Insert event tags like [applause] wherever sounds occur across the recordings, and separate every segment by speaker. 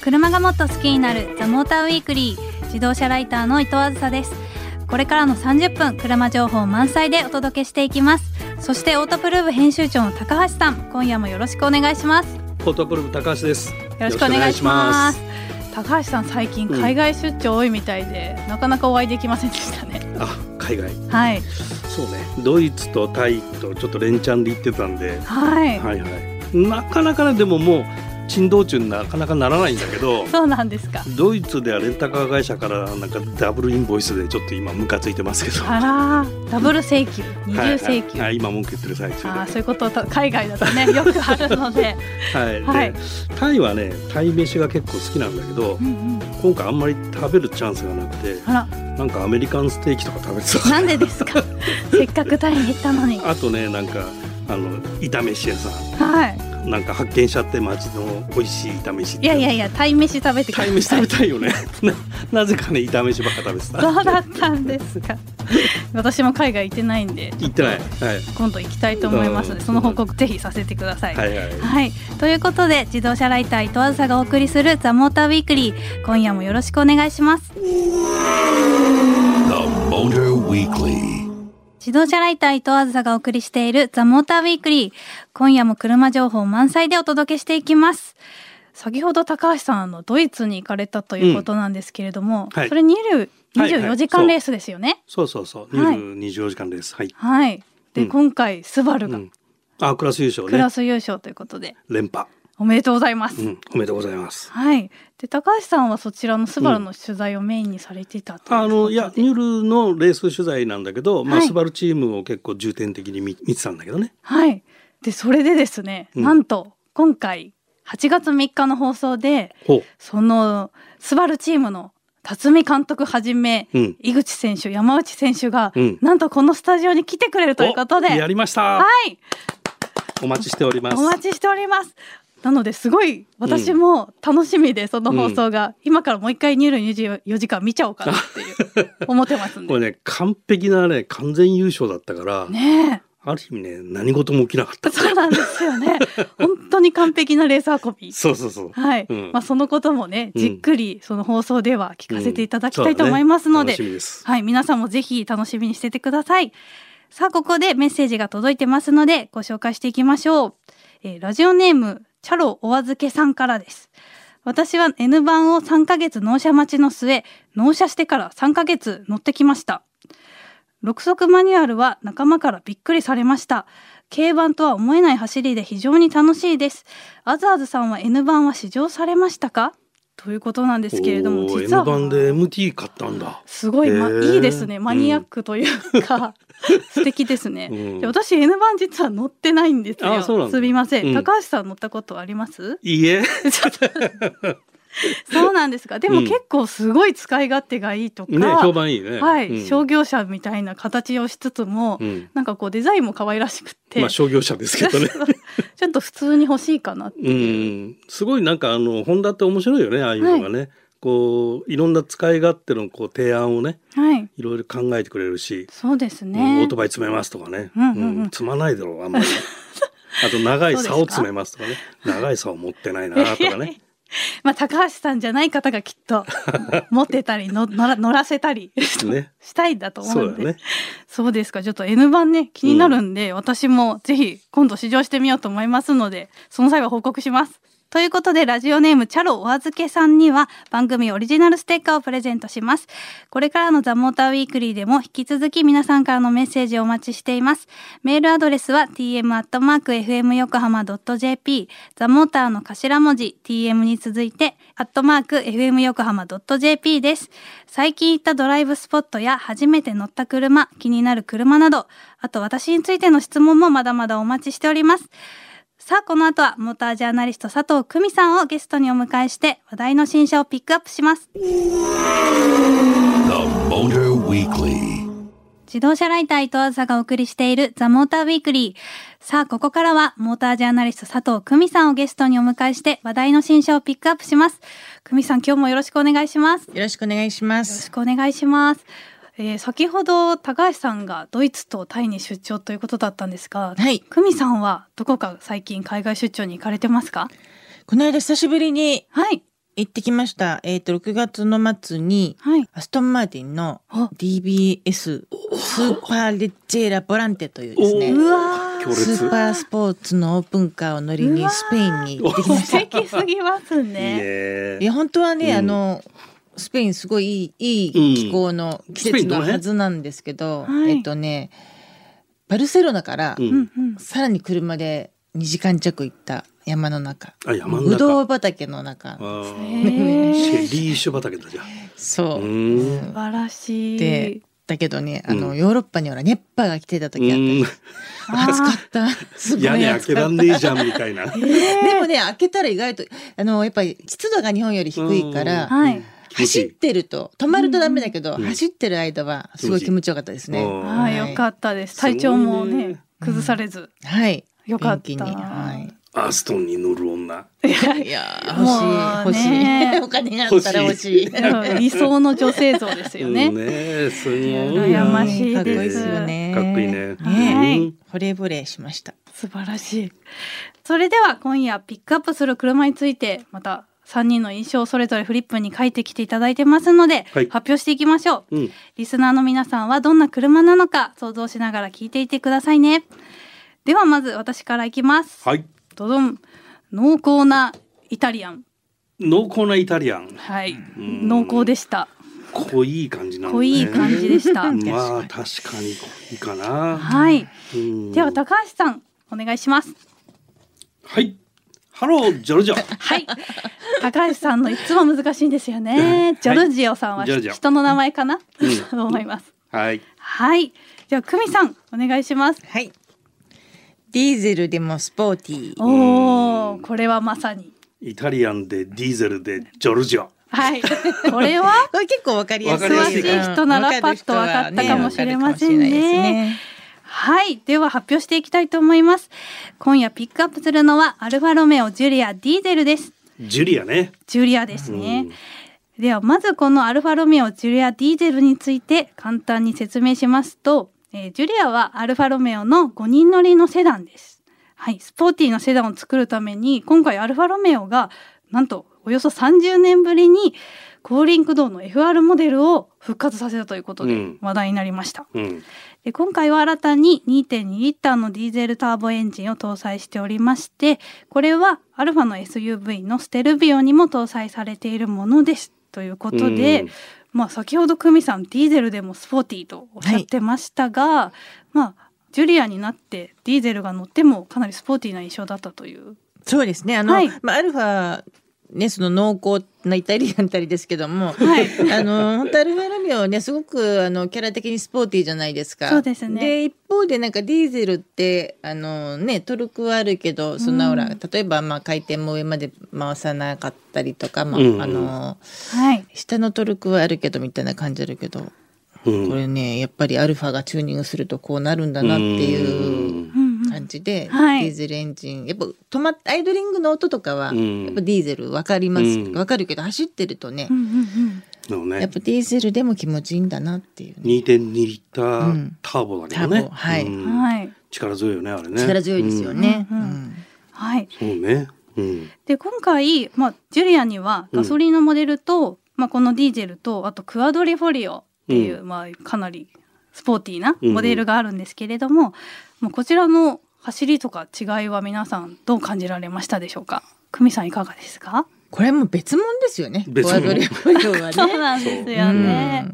Speaker 1: 車がもっと好きになるザモーターウィークリー自動車ライターの伊藤あずさですこれからの30分車情報満載でお届けしていきますそしてオートプルーブ編集長の高橋さん今夜もよろしくお願いしますよ
Speaker 2: フォトプルーム高橋です。よ
Speaker 1: ろしくお願いします高橋さん最近海外出張多いみたいで、なかなかお会いできませんでしたね
Speaker 2: あ、海外。
Speaker 1: はい
Speaker 2: そうね。ドイツとタイとちょっと連チャンで行ってたんで、
Speaker 1: はい、。
Speaker 2: はいはい。なかなかねでももう珍道中になかなかならないんだけど
Speaker 1: そうなんですか
Speaker 2: ドイツではレンタカー会社からなんかダブルインボイスでちょっと今ムカついてますけど、
Speaker 1: あらーダブル請求二
Speaker 2: はい
Speaker 1: 重請求、
Speaker 2: はいはい今文句言ってる最中で、
Speaker 1: あ
Speaker 2: は
Speaker 1: あそういうことた海外だとねよくあるの
Speaker 2: [laughs]
Speaker 1: で、
Speaker 2: い、
Speaker 1: はい
Speaker 2: でタイはねタイ飯が結構好きなんだけど
Speaker 1: う、んうん、
Speaker 2: 今回あんまり食べるチャンスがなくて
Speaker 1: あら
Speaker 2: なんかアメリカンステーキとか食べてた
Speaker 1: なんでで
Speaker 2: [laughs]
Speaker 1: すかせっかくタイに行ったのに
Speaker 2: あとねなんかあの炒飯屋さん
Speaker 1: はい
Speaker 2: なんか発見しちゃって街の美味しい炒飯って
Speaker 1: いやいやいや、鯛飯食べてくだ
Speaker 2: タ
Speaker 1: さい。
Speaker 2: イ飯食べたいよねななぜかね炒飯ばっか食べてた
Speaker 1: そうだったんですか。私も海外行ってないんで、
Speaker 2: 行ってない、はい、
Speaker 1: 今度行きたいと思いますので、
Speaker 2: うん
Speaker 1: その報告ぜひさせてください。
Speaker 2: は
Speaker 1: はい
Speaker 2: いはい
Speaker 1: ということで自動車ライター伊藤梓がお送りする「ザ・モーターウィークリー今夜もよろしくお願いします
Speaker 3: The Motor Weekly.
Speaker 1: 自動車ライター伊藤梓がお送りしている「ザ・モーターウィークリー今夜も車情報満載でお届けしていきます先ほど高橋さんあのドイツに行かれたということなんですけれども、
Speaker 2: うんはい
Speaker 1: それ20
Speaker 2: はいはい
Speaker 1: 24時間レースですよね、
Speaker 2: そうそうそう
Speaker 1: はい
Speaker 2: 夜24時間ですはい、
Speaker 1: はい。で、
Speaker 2: うん
Speaker 1: 今回スバル
Speaker 2: う
Speaker 1: が
Speaker 2: ん、あクラス優勝
Speaker 1: ク
Speaker 2: ね
Speaker 1: ラス優勝ということで、
Speaker 2: 連覇、
Speaker 1: おめでとうございます。
Speaker 2: うん、おめでとうございます
Speaker 1: はい。で高橋さんはそちらのスバルの取材をメインにされていたという
Speaker 2: あ
Speaker 1: こと
Speaker 2: のい
Speaker 1: で。
Speaker 2: やニュールのレース取材なんだけど、まあ、
Speaker 1: はい
Speaker 2: スバルチームを結構重点的に見見てたんだけどね
Speaker 1: はい。でそれでですね、
Speaker 2: うん
Speaker 1: なんと今回8月3日の放送で
Speaker 2: ほう
Speaker 1: そのスバルチームの辰巳監督はじめ、
Speaker 2: うん
Speaker 1: 井口選手山内選手が、
Speaker 2: うん
Speaker 1: なんとこのスタジオに来てくれるということで
Speaker 2: おやりました
Speaker 1: はい
Speaker 2: お待ちしております
Speaker 1: お待ちしております。なのですごい私も楽しみで、その放送が、今からもう一回ニュール24時間見ちゃおうかなっていう思ってます
Speaker 2: [laughs]
Speaker 1: ん
Speaker 2: こ
Speaker 1: で。
Speaker 2: れね完璧なね完全優勝だったから、
Speaker 1: ね
Speaker 2: ある意味ね何事も起きなかった
Speaker 1: え、そうなんですよね。本当に完璧なレース運び。
Speaker 2: そうそうそう
Speaker 1: はい、
Speaker 2: うん
Speaker 1: まあそのこともね、
Speaker 2: うん
Speaker 1: じっくりその放送では聞かせていただきたいと思いますので、
Speaker 2: うんそうだね楽しみです
Speaker 1: はい、皆さんもぜひ楽しみにしててください。さあここでメッセージが届いてますのでご紹介していきましょう。えーラジオネームチャロおあずけさんからです。私は N 版を3ヶ月納車待ちの末、納車してから3ヶ月乗ってきました。6速マニュアルは仲間からびっくりされました。軽版とは思えない走りで非常に楽しいです。あずあずさんは N 版は試乗されましたかということなんですけれども、
Speaker 2: おー
Speaker 1: 実は。
Speaker 2: N 版で MT 買ったんだ。
Speaker 1: すごい、ま、
Speaker 2: へー
Speaker 1: いいですねマニアックとい
Speaker 2: [laughs]
Speaker 1: うか、素敵ですね、
Speaker 2: うん
Speaker 1: で私 N 版実は乗ってないんですよ
Speaker 2: あそうなんだ
Speaker 1: すみません、
Speaker 2: うん
Speaker 1: 高橋さん乗ったことあります
Speaker 2: いいえ。
Speaker 1: そうなんですかでも
Speaker 2: うん
Speaker 1: 結構すごい使い勝手がいいとか、
Speaker 2: ね、評判いいね。
Speaker 1: はい、
Speaker 2: うん
Speaker 1: 商業者みたいな形をしつつも、
Speaker 2: うん
Speaker 1: なんかこうデザインも可愛らしくって、
Speaker 2: まあ商業者ですけど
Speaker 1: [laughs]
Speaker 2: ね。
Speaker 1: ちょっと普通に欲しいか
Speaker 2: う
Speaker 1: な
Speaker 2: ん、すごいなんかあのホンダって面白いよね、ああいうのがね。こういろんな使い勝手のこう提案をね、
Speaker 1: はい
Speaker 2: いろいろ考えてくれるし、
Speaker 1: そうです
Speaker 2: うん
Speaker 1: ね、
Speaker 2: オートバイ詰めますとかね、
Speaker 1: うんうんうん
Speaker 2: 積まないだろう
Speaker 1: [laughs]
Speaker 2: あんまり。あと長い
Speaker 1: そうですか
Speaker 2: 竿を詰めますとかね、長い竿持ってないなとか
Speaker 1: [laughs]
Speaker 2: ね。
Speaker 1: まあ高橋さんじゃない方がきっ
Speaker 2: [laughs]
Speaker 1: と持ってたりの乗ら乗らせたり
Speaker 2: ね
Speaker 1: したいんだと思
Speaker 2: そううんだ
Speaker 1: でそう,、
Speaker 2: ね。
Speaker 1: ですかちょっと N 版ね気になるんで、私もぜひ今度試乗してみようと思いますのでその際は報告します。ということでラジオネームチャロおあずけさんには番組オリジナルステッカーをプレゼントしますこれからのザモーターウィークリーでも引き続き皆さんからのメッセージをお待ちしていますメールアドレスは tm.fmyokohama.jp ザモーターの頭文字 tm に続いて .fmyokohama.jp です最近行ったドライブスポットや初めて乗った車気になる車などあと私についての質問もまだまだお待ちしておりますさあこの後はモータージャーナリスト佐藤久美さんをゲストにお迎えして話題の新車をピックアップします
Speaker 3: The Motor Weekly.
Speaker 1: 自動車ライター伊藤梓がお送りしているザ・モーターウィークリー。さあ、ここからはモータージャーナリスト佐藤久美さんをゲストにお迎えして話題の新車をピックアップします。久美さん、今日もよろしくお願いします。よ
Speaker 4: よろしくお願いしま
Speaker 1: ろし
Speaker 4: す。
Speaker 1: くお願いします。えー先ほど高橋さんがドイツとタイに出張ということだったんです [laughs] が、
Speaker 4: はい
Speaker 1: 久美さんはどこか最近海外出張に行かれてますか
Speaker 4: この間久しぶりに
Speaker 1: はい。
Speaker 4: 行ってきました。えっ、と、6月の末に、
Speaker 1: はい。
Speaker 4: アストンマーティンの
Speaker 1: あ
Speaker 4: DBS スーパーレッジェーラ・ボランテというです
Speaker 2: お
Speaker 4: ね
Speaker 1: う、わ
Speaker 2: 強
Speaker 1: ー。
Speaker 2: 烈
Speaker 4: スーパースポーツのオープンカーを乗り
Speaker 1: う
Speaker 4: に
Speaker 1: わー
Speaker 4: スペインに行ってきまし
Speaker 1: 素
Speaker 4: た。い
Speaker 1: 敵すぎます
Speaker 2: いい
Speaker 1: ね。
Speaker 2: ね
Speaker 4: や、本当はね、
Speaker 2: うん
Speaker 4: あの、スペインすごいいい、いい気候の季
Speaker 2: スペイ
Speaker 4: 節
Speaker 2: ンどの
Speaker 4: の
Speaker 2: 辺
Speaker 4: はずなんですけど、
Speaker 1: はい
Speaker 4: えっとね、バルセロナから
Speaker 2: う、ん
Speaker 1: うんうん。
Speaker 4: さらに車で2時間弱行った山の中。
Speaker 2: あ山の
Speaker 4: ぶど
Speaker 2: 中
Speaker 4: う畑の中
Speaker 2: あ。ー
Speaker 1: へ
Speaker 2: シェ
Speaker 1: ー素
Speaker 2: リー酒畑だじゃん
Speaker 4: そう。
Speaker 2: うん
Speaker 4: うん
Speaker 1: 晴らしい。
Speaker 4: でだけどね、あの、
Speaker 2: うん
Speaker 4: ヨーロッパにほら熱波が来てた時あった
Speaker 2: うん
Speaker 4: 暑か
Speaker 1: あ
Speaker 2: [laughs]
Speaker 4: った。すごい
Speaker 2: 屋根開
Speaker 4: 暑
Speaker 2: け
Speaker 4: からっ
Speaker 2: んねえじゃんみたい
Speaker 1: [laughs]
Speaker 2: な
Speaker 1: ーえ
Speaker 4: た。でもね、開けたら意外と、あの、やっぱり湿度が日本より低いか
Speaker 1: ー
Speaker 4: ら、
Speaker 1: はい。
Speaker 2: 気持ち
Speaker 4: 走
Speaker 2: い
Speaker 4: っ
Speaker 2: い
Speaker 4: てると、止まるとダメだけど、
Speaker 2: うん
Speaker 4: 走ってる間はすごい気持ちよかったで
Speaker 2: う
Speaker 4: すね。
Speaker 2: ん
Speaker 1: ああ、よかったです。体調も
Speaker 2: すごいね
Speaker 1: ね、崩されず。
Speaker 4: はい。
Speaker 1: よかっ
Speaker 4: 元気
Speaker 1: た。
Speaker 4: に。はい。
Speaker 2: アストンに乗る女
Speaker 4: いやー、
Speaker 1: もう
Speaker 4: 欲しい、欲し
Speaker 1: ね
Speaker 4: い。お金があったら欲しい。
Speaker 1: うん理想の女性像ですよ
Speaker 2: う
Speaker 1: ね
Speaker 2: ん。ねすごいな
Speaker 1: 羨ましい
Speaker 4: かっこいい
Speaker 1: で
Speaker 4: ですすよね。
Speaker 2: かっこいいね
Speaker 1: はい
Speaker 2: うん
Speaker 4: 惚れ惚れしました。
Speaker 1: 素晴らしい。それでは今夜ピックアップする車についてまた3人の印象をそれぞれフリップに書いてきていただいてますので、
Speaker 2: はい
Speaker 1: 発表していきましょう。
Speaker 2: うん
Speaker 1: リスナーの皆さんはどんな車なのか想像しながら聞いていてくださいね。ではまず私からいきます。
Speaker 2: はい
Speaker 1: どどん濃厚なイタリアン。
Speaker 2: 濃厚なイタリアン
Speaker 1: はい。
Speaker 2: ん
Speaker 1: 濃厚でした。
Speaker 2: 濃い感じなのね
Speaker 1: 濃い感じでした。
Speaker 4: ん
Speaker 2: まあ確かに濃いかな
Speaker 1: はい。
Speaker 2: うん
Speaker 1: では高橋さんお願いします。
Speaker 2: はいハロージョルジョ
Speaker 4: [laughs]
Speaker 1: はい。 [laughs] 高橋さんのいつも難しいんですよね。ジョルジオさんは
Speaker 2: ジョルジオ
Speaker 1: 人の名前かな、
Speaker 2: うん
Speaker 1: [laughs] と思います。
Speaker 2: はい
Speaker 1: はい。じゃあ久美さんお願いします。
Speaker 4: はい。ディーゼルでもスポーティー。
Speaker 1: おお、これはまさに。
Speaker 2: イタリアンでディーゼルでジョルジョ
Speaker 1: はい。これは
Speaker 4: これ結構わかりやすい。
Speaker 2: わかりやすい
Speaker 1: 詳しい人ならパッとわかったかもしれませんね
Speaker 4: わかるかもしれないですね
Speaker 1: はい。では発表していきたいと思います。今夜ピックアップするのはアルファロメオ、ジュリア、ディーゼルです。
Speaker 2: ジュリアね
Speaker 1: ジュリアです
Speaker 2: う
Speaker 1: ね
Speaker 2: ん。
Speaker 1: ではまずこのアルファロメオ、ジュリア、ディーゼルについて簡単に説明しますと、えージュリアはアルファロメオの5人乗りのセダンです。はい、スポーティーのセダンを作るために今回アルファロメオがなんとおよそ30年ぶりに後輪駆動の FR モデルを復活させたということ
Speaker 2: う
Speaker 1: で
Speaker 2: ん
Speaker 1: 話題になりました。
Speaker 2: うん
Speaker 1: で今回は新たに2.2リッターのディーゼルターボエンジンを搭載しておりましてこれはアルファの SUV のステルビオにも搭載されているものですということで、
Speaker 2: うん
Speaker 1: まあ、先ほど久美さんディーゼルでもスポーティーとおっしゃってましたが、まあ、ジュリアになってディーゼルが乗ってもかなりスポーティーな印象だったという。
Speaker 4: そうですね。あの、
Speaker 1: はい
Speaker 4: まあ、アルファ、ね、その濃厚なイタリアンたりですけども、
Speaker 1: はい、
Speaker 4: [laughs] あの、本当アルファロミオはね、すごく、あの、キャラ的にスポーティーじゃないですか。
Speaker 1: そうですね
Speaker 4: で、一方で、なんか、ディーゼルって、あの、ね、トルクはあるけど、そんな、ほら、例えば、まあ、回転も上まで回さなかったりとか、まあ、
Speaker 2: うん
Speaker 4: あの、
Speaker 1: はい
Speaker 4: 下のトルクはあるけど、みたいな感じあるけど、
Speaker 2: うん
Speaker 4: これね、やっぱりアルファがチューニングするとこうなるんだなっていう
Speaker 2: うん
Speaker 1: うんうん
Speaker 4: 感じで、
Speaker 1: はい
Speaker 4: ディーゼルエンジン、やっぱ止まっアイドリングの音とかは、
Speaker 2: うん
Speaker 4: やっぱディーゼルわかります、
Speaker 2: うん
Speaker 4: わかるけど走ってるとね
Speaker 1: う、んうん
Speaker 2: なのね
Speaker 4: やっぱディーゼルでも気持ちいいんだなっていうね、
Speaker 2: 2.2リッタ
Speaker 4: う
Speaker 2: ー
Speaker 4: ん
Speaker 2: ターボだけどね
Speaker 4: ターボはい
Speaker 1: うん
Speaker 2: うん
Speaker 1: はい
Speaker 2: 力強いよねあれね
Speaker 4: 力強いですよね。
Speaker 1: うんうんはい、
Speaker 2: うんそうねうん
Speaker 1: で今回、まあ、ジュリアにはガソリンのモデルと、まあ、このディーゼルとあとクアドリフォリオっていう、まあ、かなりスポーティーなモデルがあるんですけれども、もうこちらの走りとか違いは皆さんどう感じられましたでしょうか久美さんいかがですか
Speaker 4: これはもう別物ですよね。
Speaker 2: 別
Speaker 4: ボ
Speaker 2: 物
Speaker 4: アドレブリオ
Speaker 1: [laughs]
Speaker 4: は
Speaker 1: そう
Speaker 4: ね。
Speaker 1: なんですよね。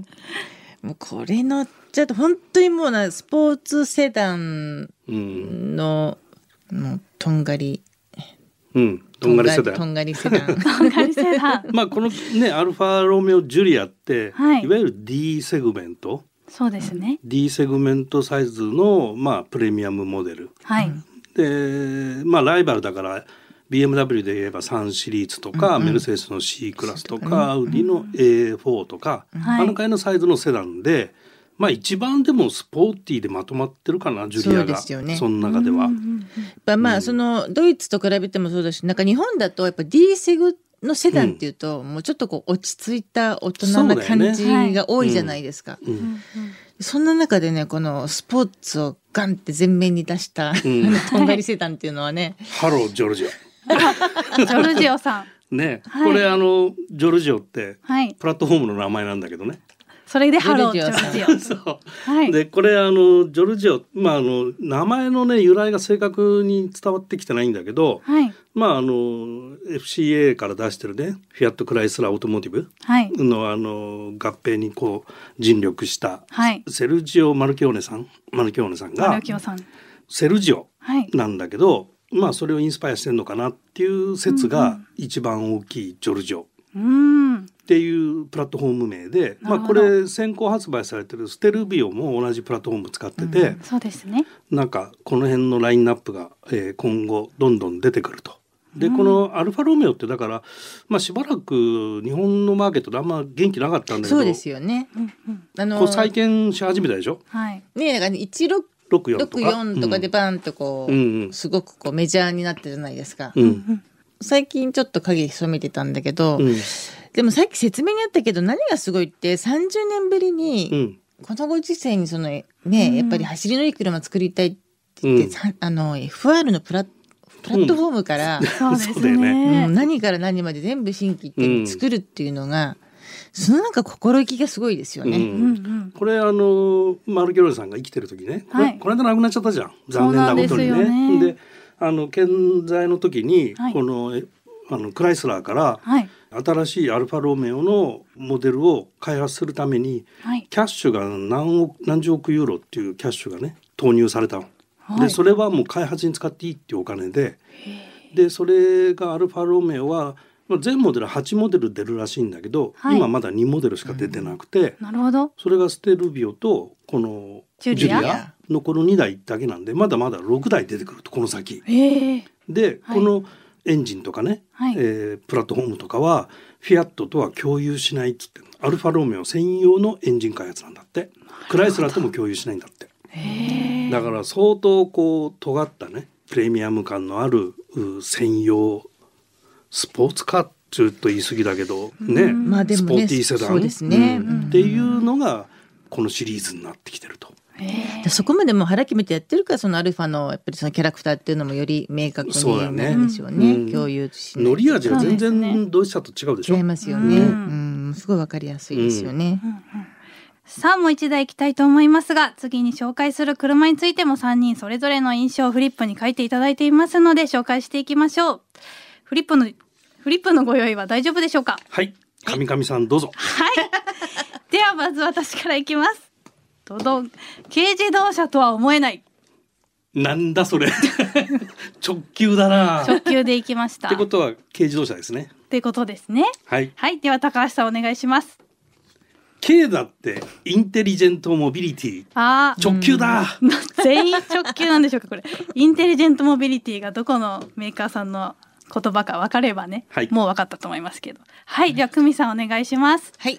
Speaker 4: うんもうこれのちょっと本当にもうなスポーツセダン
Speaker 2: うん
Speaker 4: のもうとんがり
Speaker 2: うんとんがり世代
Speaker 4: とんがりセダン。
Speaker 1: わかりづらい
Speaker 2: まあこのねアルファロメオジュリアって、
Speaker 1: はい
Speaker 2: い、わゆる D セグメント
Speaker 1: そうですね。
Speaker 2: D セグメントサイズの、まあ、プレミアムモデル
Speaker 1: はい。
Speaker 2: でまあライバルだから BMW で言えば3シリーズとか、
Speaker 4: うんうん
Speaker 2: メルセデスの C クラスと
Speaker 4: そうだね
Speaker 2: か、アウディの A4 とか、
Speaker 1: はい
Speaker 2: あの回のサイズのセダンで、まあ、一番でもスポーティーでまとまってるかなジュリア
Speaker 4: そう
Speaker 2: が
Speaker 4: ですよね
Speaker 2: の中では
Speaker 1: うんう。ん
Speaker 4: やっ
Speaker 2: [laughs]
Speaker 4: ぱまあそのドイツと比べてもそうだしなんか日本だとやっぱ D セグのセダンっていうと、もうちょっとこう落ち着いた大人な感
Speaker 2: そう
Speaker 1: だよね
Speaker 4: じが多いじゃないですかそ,、
Speaker 2: うん
Speaker 1: うん [laughs]
Speaker 4: んな中でねこのスポーツをガンって前面に出した、
Speaker 2: ん
Speaker 4: [laughs]
Speaker 2: [laughs]
Speaker 4: とんがりセダンっていうのはね
Speaker 2: ハロージョルジ
Speaker 1: うんジョルジオさん。
Speaker 2: ア、ね、
Speaker 1: は
Speaker 2: こ
Speaker 1: い
Speaker 2: れあのジョルジオって
Speaker 1: はい。
Speaker 2: プラットフォームの名前なんだけどね。 [laughs]
Speaker 1: それでハロージ
Speaker 4: ジョル
Speaker 1: ョ
Speaker 4: ジオさん
Speaker 1: ルジオ。
Speaker 2: そう
Speaker 1: はい。
Speaker 2: でこれあのジョルジオ、まあ、あの名前のね由来が正確に伝わってきてないんだけど、
Speaker 1: はい。
Speaker 2: まあ、あの FCA から出してるねフィアット・クライスラー・オートモーティブ
Speaker 1: はい。
Speaker 2: のあの合併にこう尽力した
Speaker 1: はい。
Speaker 2: セルジオ・マルキオーネさんマルキオーネさん
Speaker 1: マ
Speaker 2: が
Speaker 1: ルキオさん。
Speaker 2: セルジオ
Speaker 1: はい。
Speaker 2: なんだけど、まあ、それをインスパイアしてるのかなっていう説
Speaker 1: うんう
Speaker 2: が
Speaker 1: ん
Speaker 2: 一番大きいジョルジオ。
Speaker 1: うーん。
Speaker 2: っていうプラットフォーム名で、まあ、
Speaker 1: な
Speaker 2: こ
Speaker 1: るほど
Speaker 2: れ先行発売されてるステルビオも同じプラットフォーム使ってて、
Speaker 4: うん
Speaker 1: そうですね。
Speaker 2: なんかこの辺のラインナップが、えー今後どんどん出てくると。でこのアルファロメオってだから、まあ、しばらく日本のマーケットであんま元気なかったんだけど
Speaker 4: そうですよね。
Speaker 1: うんうん。
Speaker 4: あの
Speaker 2: こう再建し始めたでしょ
Speaker 1: はい。
Speaker 4: ねなんか164
Speaker 2: 64とか。
Speaker 4: とかでバーンとこう、
Speaker 2: うんうん
Speaker 4: すごくこうメジャーになったじゃないですか。
Speaker 2: うん
Speaker 4: 最近ちょっと影潜めてたんだけど、
Speaker 2: うん
Speaker 4: でもさっき説明にあったけど何がすごいって30年ぶり
Speaker 2: う
Speaker 4: に
Speaker 2: ん
Speaker 4: このご時世にそのね、
Speaker 1: うん
Speaker 4: やっぱり走りのいい車作りたいって言って、
Speaker 2: うん
Speaker 4: さあの FR のプラプラットフォームから、
Speaker 1: そうです
Speaker 2: そうだよ
Speaker 1: ね。
Speaker 4: うん何から何まで全部新規
Speaker 2: う
Speaker 4: って
Speaker 2: ん
Speaker 4: 作るっていうのが、そのなんか心意気がすごいですよ
Speaker 2: うん
Speaker 4: ね。
Speaker 1: うんうん。
Speaker 2: これあのマルギョルさんが生きてる時ねこれ,、
Speaker 1: はい
Speaker 2: この間亡くなっちゃったじゃん残念なことに
Speaker 1: そうなんで
Speaker 2: ね。
Speaker 1: すよね
Speaker 2: であの健在の時に、
Speaker 1: はい
Speaker 2: このえあのクライスラーから
Speaker 1: はい。
Speaker 2: 新しいアルファロメオのモデルを開発するために
Speaker 1: はい。
Speaker 2: キャッシュが何億何十億ユーロっていうキャッシュがね投入されたの、
Speaker 1: は
Speaker 2: で
Speaker 1: い。
Speaker 2: それはもう開発に使っていいっていうお金ででそれがアルファロメオはまあ全モデル8モデル出るらしいんだけど、
Speaker 1: はい
Speaker 2: 今まだ2モデルしか出てなくて、
Speaker 1: なるほど。
Speaker 2: それがステルビオとこの
Speaker 1: ジュリア
Speaker 2: ジのこの2台だけなんでまだまだ6台出てくるとこの先。
Speaker 1: ええ。
Speaker 2: で、
Speaker 1: はい
Speaker 2: このエンジンとかね、
Speaker 1: はい
Speaker 2: えープラットフォームとかはフィアットとは共有しないっつってんのアルファロメオ専用のエンジン開発なんだってクライスラーとも共有しないんだって
Speaker 1: ええ。
Speaker 2: だから相当こう尖ったねプレミアム感のあるう専用スポーツカーちょっと言い過ぎだけどね、
Speaker 1: うん
Speaker 4: まあで
Speaker 2: ス
Speaker 4: も
Speaker 2: ポー
Speaker 4: ね、
Speaker 2: ティーセダン
Speaker 4: そうですね。
Speaker 2: うん
Speaker 4: うん
Speaker 2: っていうのがこのシリーズになってきてると。
Speaker 1: ええ
Speaker 4: でそこまでもう腹決めてやってるからそのアルファのやっぱりそのキャラクターっていうのもより明確
Speaker 2: そうだ
Speaker 4: に
Speaker 2: ね
Speaker 4: なるんでしょう
Speaker 2: う
Speaker 4: ね
Speaker 2: ん
Speaker 4: 共有しない
Speaker 2: 乗り味が全
Speaker 1: そうですね
Speaker 2: 然ドイツ車と違うでしょ
Speaker 4: 違いますよね、
Speaker 1: う
Speaker 4: うんんすごいわかりやすいですよね、
Speaker 1: さあもう一台行きたいと思いますが次に紹介する車についても3人それぞれの印象をフリップに書いていただいていますので紹介していきましょうフリップのフリップのご用意は大丈夫でしょうか
Speaker 2: はい、神々さんどうぞ。
Speaker 1: ではまず私からいきますどどん軽自動車とは思えない
Speaker 2: なんだそれ。 [laughs] 直球だな。っ
Speaker 1: [laughs] 直球でいきました
Speaker 2: てことは軽自動車ですね。
Speaker 1: ってことですね
Speaker 2: はい。
Speaker 1: はいでは高橋さんお願いします
Speaker 2: 軽だってインテリジェントモビリティ。
Speaker 1: あー
Speaker 2: 直球だ。
Speaker 1: [laughs] 全員直球なんでしょうかこれインテリジェントモビリティがどこのメーカーさんの言葉か分かればね、
Speaker 2: はい
Speaker 1: もう分かったと思いますけどはいでは久美さんお願いします
Speaker 4: はい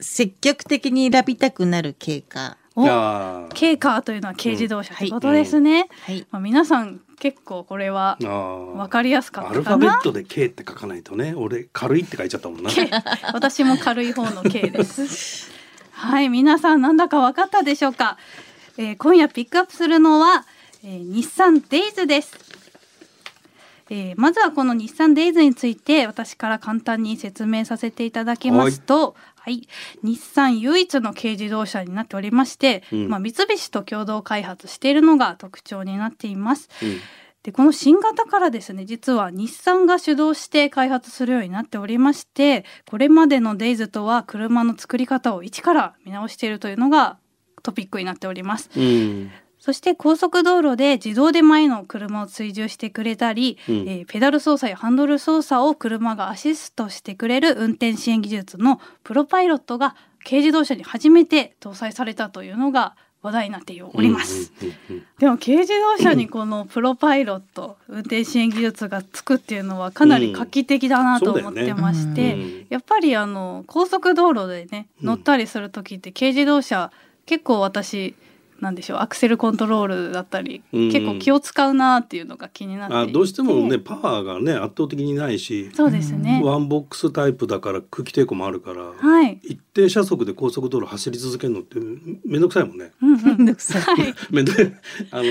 Speaker 4: 積極的に選びたくなる経過
Speaker 1: お
Speaker 2: あー
Speaker 1: 軽カーというのは軽自動車ということですね、
Speaker 4: はい
Speaker 1: まあ、皆さん結構これは
Speaker 2: あー。
Speaker 1: 分かりやすか
Speaker 2: ア
Speaker 1: った
Speaker 2: ルファ
Speaker 1: か
Speaker 2: ベ
Speaker 1: な
Speaker 2: ットで K って書かないとね俺軽いって書いちゃったもんな
Speaker 1: 軽 [laughs] 私も軽い方の軽ですはい皆さんなんだか分かったでしょうか、えー今夜ピックアップするのは、えー日産デイズですえーまずはこの日産デイズについて私から簡単に説明させていただきますと、はい、日産唯一の軽自動車になっておりまして、
Speaker 2: うん
Speaker 1: まあ、三菱と共同開発しているのが特徴になっています。
Speaker 2: うん
Speaker 1: でこの新型からですね実は日産が主導して開発するようになっておりましてこれまでのデイズとは車の作り方を一から見直しているというのがトピックになっております。
Speaker 2: うん
Speaker 1: そして高速道路で自動で前の車を追従してくれたり、
Speaker 2: うん
Speaker 1: えーペダル操作やハンドル操作を車がアシストしてくれる運転支援技術のプロパイロットが軽自動車に初めて搭載されたというのが話題になっております。
Speaker 2: うんうん
Speaker 1: でも軽自動車にこのプロパイロット、運転支援技術がつくっていうのはかなり画期的だなと思ってまし
Speaker 2: うん
Speaker 1: て、やっぱりあの高速道路でね
Speaker 2: うん
Speaker 1: 乗ったりする時って軽自動車結構私なんでしょうアクセルコントロールだったり、
Speaker 2: うん
Speaker 1: 結構気を使うなっていうのが気になってい
Speaker 2: あ
Speaker 1: て
Speaker 2: どうしてもねパワーがね圧倒的にないし
Speaker 1: そうですね、
Speaker 2: ワンボックスタイプだから空気抵抗もあるから
Speaker 1: はい
Speaker 2: 一定車速で高速道路走り続けるのってめんどくさいもんね。
Speaker 1: うんうん
Speaker 4: [laughs] めんどく [laughs] さい。
Speaker 2: [laughs] めんどあの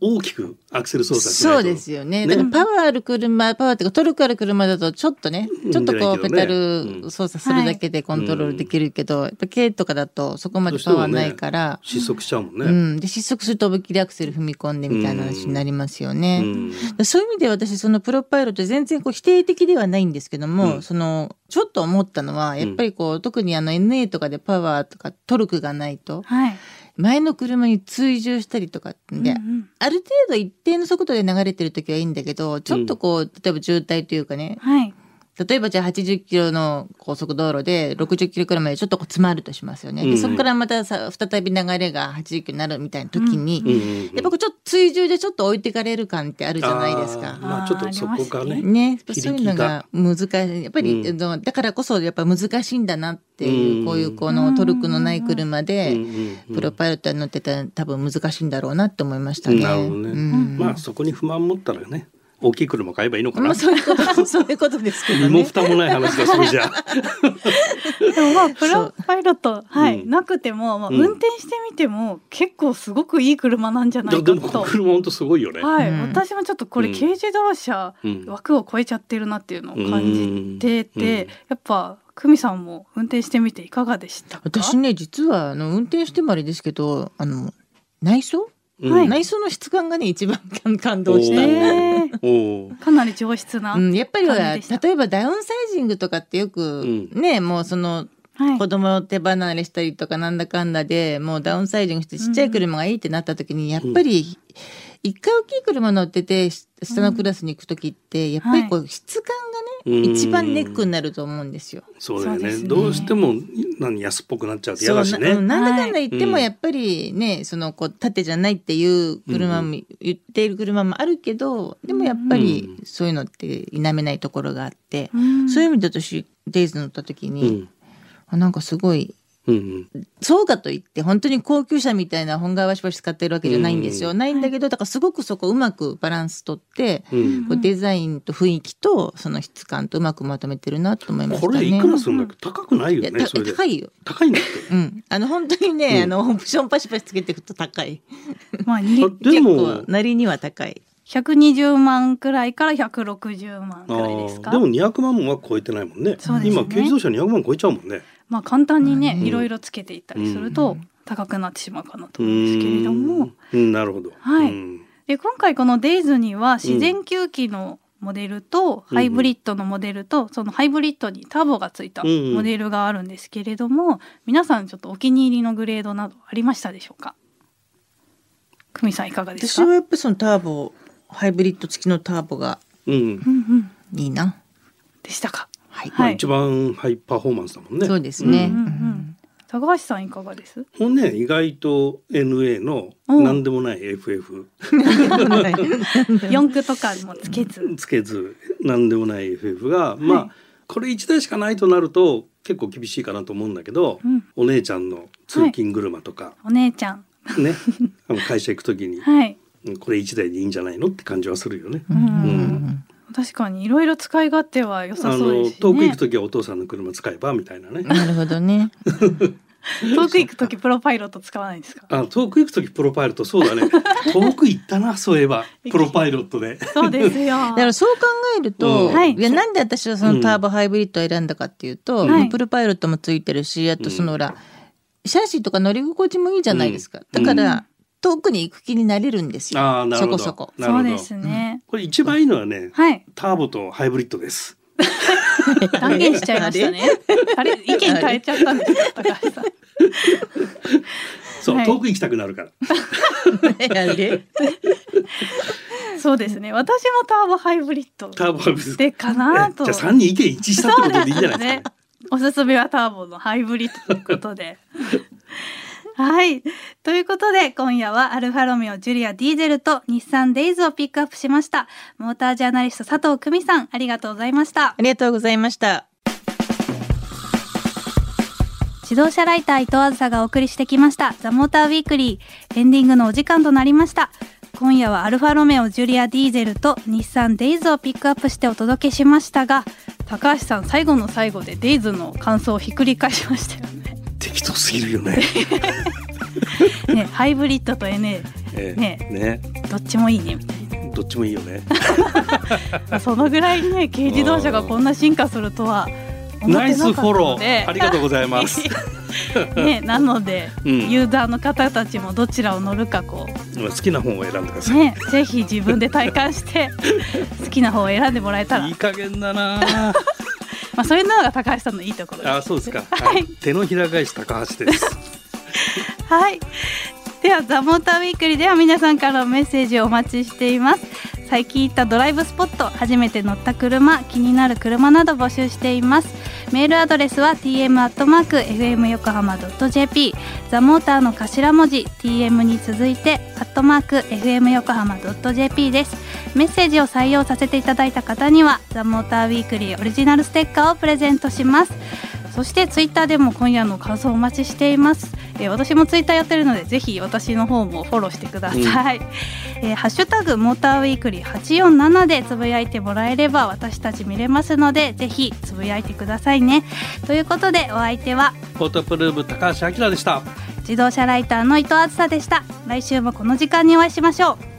Speaker 2: 大きくアクセル操作しないと
Speaker 4: そうですよね。
Speaker 2: ね
Speaker 4: だからパワーある車、パワーっていうかトルクある車だとちょっとね
Speaker 2: う、ん
Speaker 4: ちょっとこう
Speaker 2: できるけどね
Speaker 4: ペダ
Speaker 2: うん
Speaker 4: ル操作するだけでコントロールできるけど、やっぱ軽とかだとそこまでパワーないから、
Speaker 2: 失速しちゃうもんね。
Speaker 4: うん。で、失速すると思いっきりアクセル踏み込んでみたいな話になりますよね。
Speaker 2: うん
Speaker 4: そういう意味で私そのプロパイロット全然こう否定的ではないんですけども、
Speaker 2: うん
Speaker 4: そのちょっと思ったのはやっぱりこう、特にあの NA とかでパワーとかトルクがないと
Speaker 1: はい。
Speaker 4: 前の車に追従したりとかってんで、
Speaker 1: うんうん
Speaker 4: ある程度一定の速度で流れてる時はいいんだけどちょっとこう、例えば渋滞というかね
Speaker 1: はい。
Speaker 4: 例えばじゃあ80キロの高速道路で60キロくらいまでちょっとこう詰まるとしますよね、で
Speaker 2: うん
Speaker 4: そこからまたさ再び流れが80キロになるみたいな時に、
Speaker 2: うんうんうん
Speaker 4: やっぱこうちょっと追従でちょっと置いてかれる感ってあるじゃないです
Speaker 2: あー
Speaker 4: か。
Speaker 2: まあちょっとそこが
Speaker 1: あーあ
Speaker 2: ね。
Speaker 1: り
Speaker 4: ね、
Speaker 2: 響き
Speaker 4: そういうのが難しい。やっぱり、
Speaker 2: うん
Speaker 4: あのだからこそ、やっぱ難しいんだなっていう、
Speaker 2: うん
Speaker 4: こういうこのトルクのない車で、
Speaker 2: うんうんうん
Speaker 4: プロパイロットに乗ってたら多分難しいんだろうなって思いましたね。
Speaker 2: なるほどね
Speaker 4: うん
Speaker 2: まあそこに不満持ったらね大きい車買えばいいのか
Speaker 4: ま
Speaker 2: な
Speaker 4: あ、。そういうこ
Speaker 2: [laughs]
Speaker 4: と、そういうことですけど
Speaker 2: 身も
Speaker 4: ね。
Speaker 2: 蓋もない話だそれじゃ
Speaker 4: [laughs]
Speaker 2: あ。
Speaker 1: でもまあプロパイロット、はい、
Speaker 2: うん
Speaker 1: なくても、まあ、
Speaker 2: うん
Speaker 1: 運転してみても、結構すごくいい車なんじゃないい
Speaker 2: や
Speaker 1: か
Speaker 2: でもこの
Speaker 1: と。
Speaker 2: 車本当すごいよね。
Speaker 1: はい、
Speaker 4: うん
Speaker 1: 私もちょっとこ
Speaker 2: う
Speaker 1: れ
Speaker 2: ん
Speaker 1: 軽自動車、
Speaker 2: うん
Speaker 1: 枠を超えちゃってるなっていうのを感じてて、
Speaker 2: うんうん
Speaker 1: やっぱ久美さんも運転してみていかがでしたか
Speaker 4: 私ね、実は、あの、運転してもあれですけど、あの、内装、
Speaker 2: うん
Speaker 1: はい
Speaker 4: 内装の質感がね、一番感感動した。
Speaker 1: えー
Speaker 2: おお。
Speaker 1: かなり上質な、
Speaker 4: うん、やっぱり
Speaker 1: 感
Speaker 4: は
Speaker 1: じでした
Speaker 4: 例えばダウンサイジングとかってよく、ねもうその
Speaker 1: はい
Speaker 4: 子供を手離れしたりとかなんだかんだでもうダウンサイジングしてちっちゃい車がいいってなった時にやっぱり一回大きい車乗っててし下のクラスに行く時ってやっぱりこう質感がね
Speaker 2: うん
Speaker 4: 一番ネックになると思うんですよ。
Speaker 2: そうだよ
Speaker 1: そうで
Speaker 2: ね
Speaker 1: すね
Speaker 2: どうしても何安っぽくなっちゃうと嫌
Speaker 4: そう
Speaker 2: だしね。
Speaker 4: なうんなんだかんだ言っても
Speaker 2: はい
Speaker 4: やっぱりね、そのこう縦じゃないっていう車も言っている車もあるけどでもやっぱりそういうのって否めないところがあって、
Speaker 1: うん
Speaker 4: そういう意味で私デイズ乗った時
Speaker 2: う
Speaker 4: に、
Speaker 2: ん
Speaker 4: あなんかすごい
Speaker 2: うん
Speaker 4: そうかといって本当に高級車みたいな本買いわしばし使ってるわけじゃないんですよ、
Speaker 2: うん
Speaker 4: ないんだけどだからすごくそこうまくバランスとって、
Speaker 2: うんうん
Speaker 4: こうデザインと雰囲気とその質感とうまくまとめてるなと思いました
Speaker 2: こ
Speaker 4: ね。
Speaker 2: れいくらするんだっけ高くない
Speaker 4: いや
Speaker 2: よね
Speaker 4: た
Speaker 2: それで。
Speaker 4: 高いよ。
Speaker 2: 高いんだって。
Speaker 1: [laughs]
Speaker 4: うん、あの本当にね、
Speaker 2: うん
Speaker 4: あのオプションパシパシつけていくと高い
Speaker 1: まあ
Speaker 2: あ
Speaker 1: に
Speaker 2: で
Speaker 4: 結
Speaker 2: も
Speaker 4: 構なりには高い
Speaker 1: 120万くらいから160万
Speaker 2: あ
Speaker 1: くらいです
Speaker 2: ー
Speaker 1: か
Speaker 2: でも200万は超えてないもんね
Speaker 1: そうですね
Speaker 2: 今軽自動車200万超えちゃうもんね。
Speaker 1: まあ簡単にね、
Speaker 4: うん
Speaker 1: いろいろつけていったりすると高くなってしまうかなと思うんですけれども、
Speaker 2: うんうんなるほど。
Speaker 1: は
Speaker 2: う
Speaker 1: い
Speaker 2: ん
Speaker 1: で今回この「Days」には自然吸気のモデルと
Speaker 2: うん
Speaker 1: ハイブリッドのモデルと、そのハイブリッドにターボがついた
Speaker 2: うんうん
Speaker 1: モデルがあるんですけれども、皆さんちょっとお気に入りのグレードなどありましたでしょうか久美さんいかがです
Speaker 4: 私
Speaker 1: か
Speaker 4: はやっぱそのターボハイブリッド付きのターボが
Speaker 2: うん
Speaker 1: うんうん
Speaker 4: いいな
Speaker 1: でしたか、
Speaker 4: はい、
Speaker 2: まあ
Speaker 1: はい
Speaker 2: 一番ハイパフォーマンスだもんね。
Speaker 4: そうですね、
Speaker 1: うんうんう
Speaker 4: うんん、
Speaker 1: 高橋さんいかがです
Speaker 2: もうね意外と NA の
Speaker 1: うん
Speaker 2: 何でもない FF
Speaker 4: [laughs]
Speaker 1: 四駆とかもつけず、
Speaker 2: [laughs] つけず何でもない FF がまあこれ1台しかないとなると結構厳しいかなと思うんだけど
Speaker 1: うん、
Speaker 2: お姉ちゃんの通勤車とか
Speaker 1: お姉ちゃん [laughs]
Speaker 2: ねあの会社行く時に
Speaker 1: はい、
Speaker 2: うんこれ1台でいいんじゃないのって感じはするよね。
Speaker 1: う
Speaker 4: うん
Speaker 1: ん
Speaker 4: うん
Speaker 1: 確かにいろいろ使い勝手は良さ
Speaker 2: あ
Speaker 1: そうで
Speaker 2: の
Speaker 1: すよ
Speaker 2: 遠く
Speaker 1: ね
Speaker 2: 行く時はお父さんの車使えばみたいなね。
Speaker 4: なるほどね。
Speaker 1: 遠く行く時プロパイロット使わないんですか
Speaker 2: あ遠く行く時プロパイロットそうだ
Speaker 1: [laughs]
Speaker 2: ね遠く行ったなそういえばプロパイロットで。
Speaker 1: そうですよ
Speaker 2: [laughs]
Speaker 4: だからそう考えると、
Speaker 2: うん
Speaker 1: はい
Speaker 4: いやなんで私はそのターボハイブリッドを選んだかっていうと、
Speaker 1: はい
Speaker 4: プロパイロットもついてるしあとその裏、シャーシーとか乗り心地もいいじゃないですか、
Speaker 2: うん
Speaker 4: だから遠くに行く気になれるんですよ、
Speaker 2: あーなるほど
Speaker 4: そこそこ
Speaker 2: なる
Speaker 1: そ
Speaker 2: ほ
Speaker 1: う
Speaker 2: ど
Speaker 1: ですね、
Speaker 2: これ一番いいのはね
Speaker 1: はい
Speaker 2: ターボとハイブリッドです。
Speaker 1: 断言しちゃいましたねあれ意見変えちゃったんですか高橋さん
Speaker 2: そう、
Speaker 1: はい
Speaker 2: 遠く行きたくなるから。
Speaker 1: [laughs]
Speaker 4: [laughs]
Speaker 1: そうですね私もターボハイブリッド
Speaker 2: ターボハイブリッド。
Speaker 1: でかなと
Speaker 2: じゃあ三人意見一致したってことでいいんじゃないですか、ね。
Speaker 1: おすすめはターボのハイブリッドということ
Speaker 2: [laughs]
Speaker 1: ではいということで今夜はアルファロメオジュリアディーゼルと日産デイズをピックアップしましたモータージャーナリスト佐藤久美さんありがとうございました
Speaker 4: ありがとうございました
Speaker 1: 自動車ライター伊藤あずさがお送りしてきました「ザ・モーター・ウィークリー」エンディングのお時間となりました今夜はアルファロメオジュリア・ディーゼルと日産デイズをピックアップしてお届けしましたが高橋さん最後の最後でデイズの感想をひっくり返しましたよね。
Speaker 2: 適当すぎるよね。
Speaker 1: ねハイブリッドと NA
Speaker 2: ええ
Speaker 1: ね
Speaker 2: ね
Speaker 1: どっちもいいねみたい
Speaker 2: どっちもいいよね。
Speaker 1: なそのぐらいね軽自動車がこんな進化するとは思っ
Speaker 2: ナイ
Speaker 1: てなか
Speaker 2: ス
Speaker 1: った
Speaker 2: フォロ
Speaker 1: ので
Speaker 2: ー。ありがとうござい
Speaker 1: [laughs]
Speaker 2: ます。
Speaker 1: ね、なので、
Speaker 2: うん
Speaker 1: ユーザーの方たちもどちらを乗るかこ
Speaker 2: 好きな本を選んでくだ
Speaker 1: う、
Speaker 2: さい。
Speaker 1: ね、ぜひ自分で体感して
Speaker 2: [laughs]
Speaker 1: 好きな方を選んでもらえたら、
Speaker 2: いい
Speaker 1: ま
Speaker 2: 加減だなあ。
Speaker 1: あ、そういうのが高橋さんのいいところです。
Speaker 2: あ、そうですか。
Speaker 1: は
Speaker 2: はいい、手のひら返し高橋 [laughs] です。
Speaker 1: はい。ではザモーターウィークリーでは皆さんからのメッセージをお待ちしています。最近行ったドライブスポット、初めて乗った車、気になる車など募集しています。メールアドレスは tm アットマーク fm 横浜ドット jp、ザモーターの頭文字 tm に続いてアットマーク fm 横浜ドット jp です。メッセージを採用させていただいた方にはザモーターウィークリーオリジナルステッカーをプレゼントします。そしてツイッターでも今夜の感想をお待ちしています。えー私もツイッターやってるのでぜひ私の方もフォローしてください。えーハッシュタグモーターウィークリー847でつぶやいてもらえれば私たち見れますのでぜひつぶやいてくださいね。ということでお相手は
Speaker 2: フォートプルーム高橋明でした。
Speaker 1: 自動車ライターの伊藤梓でした。来週もこの時間にお会いしましょう。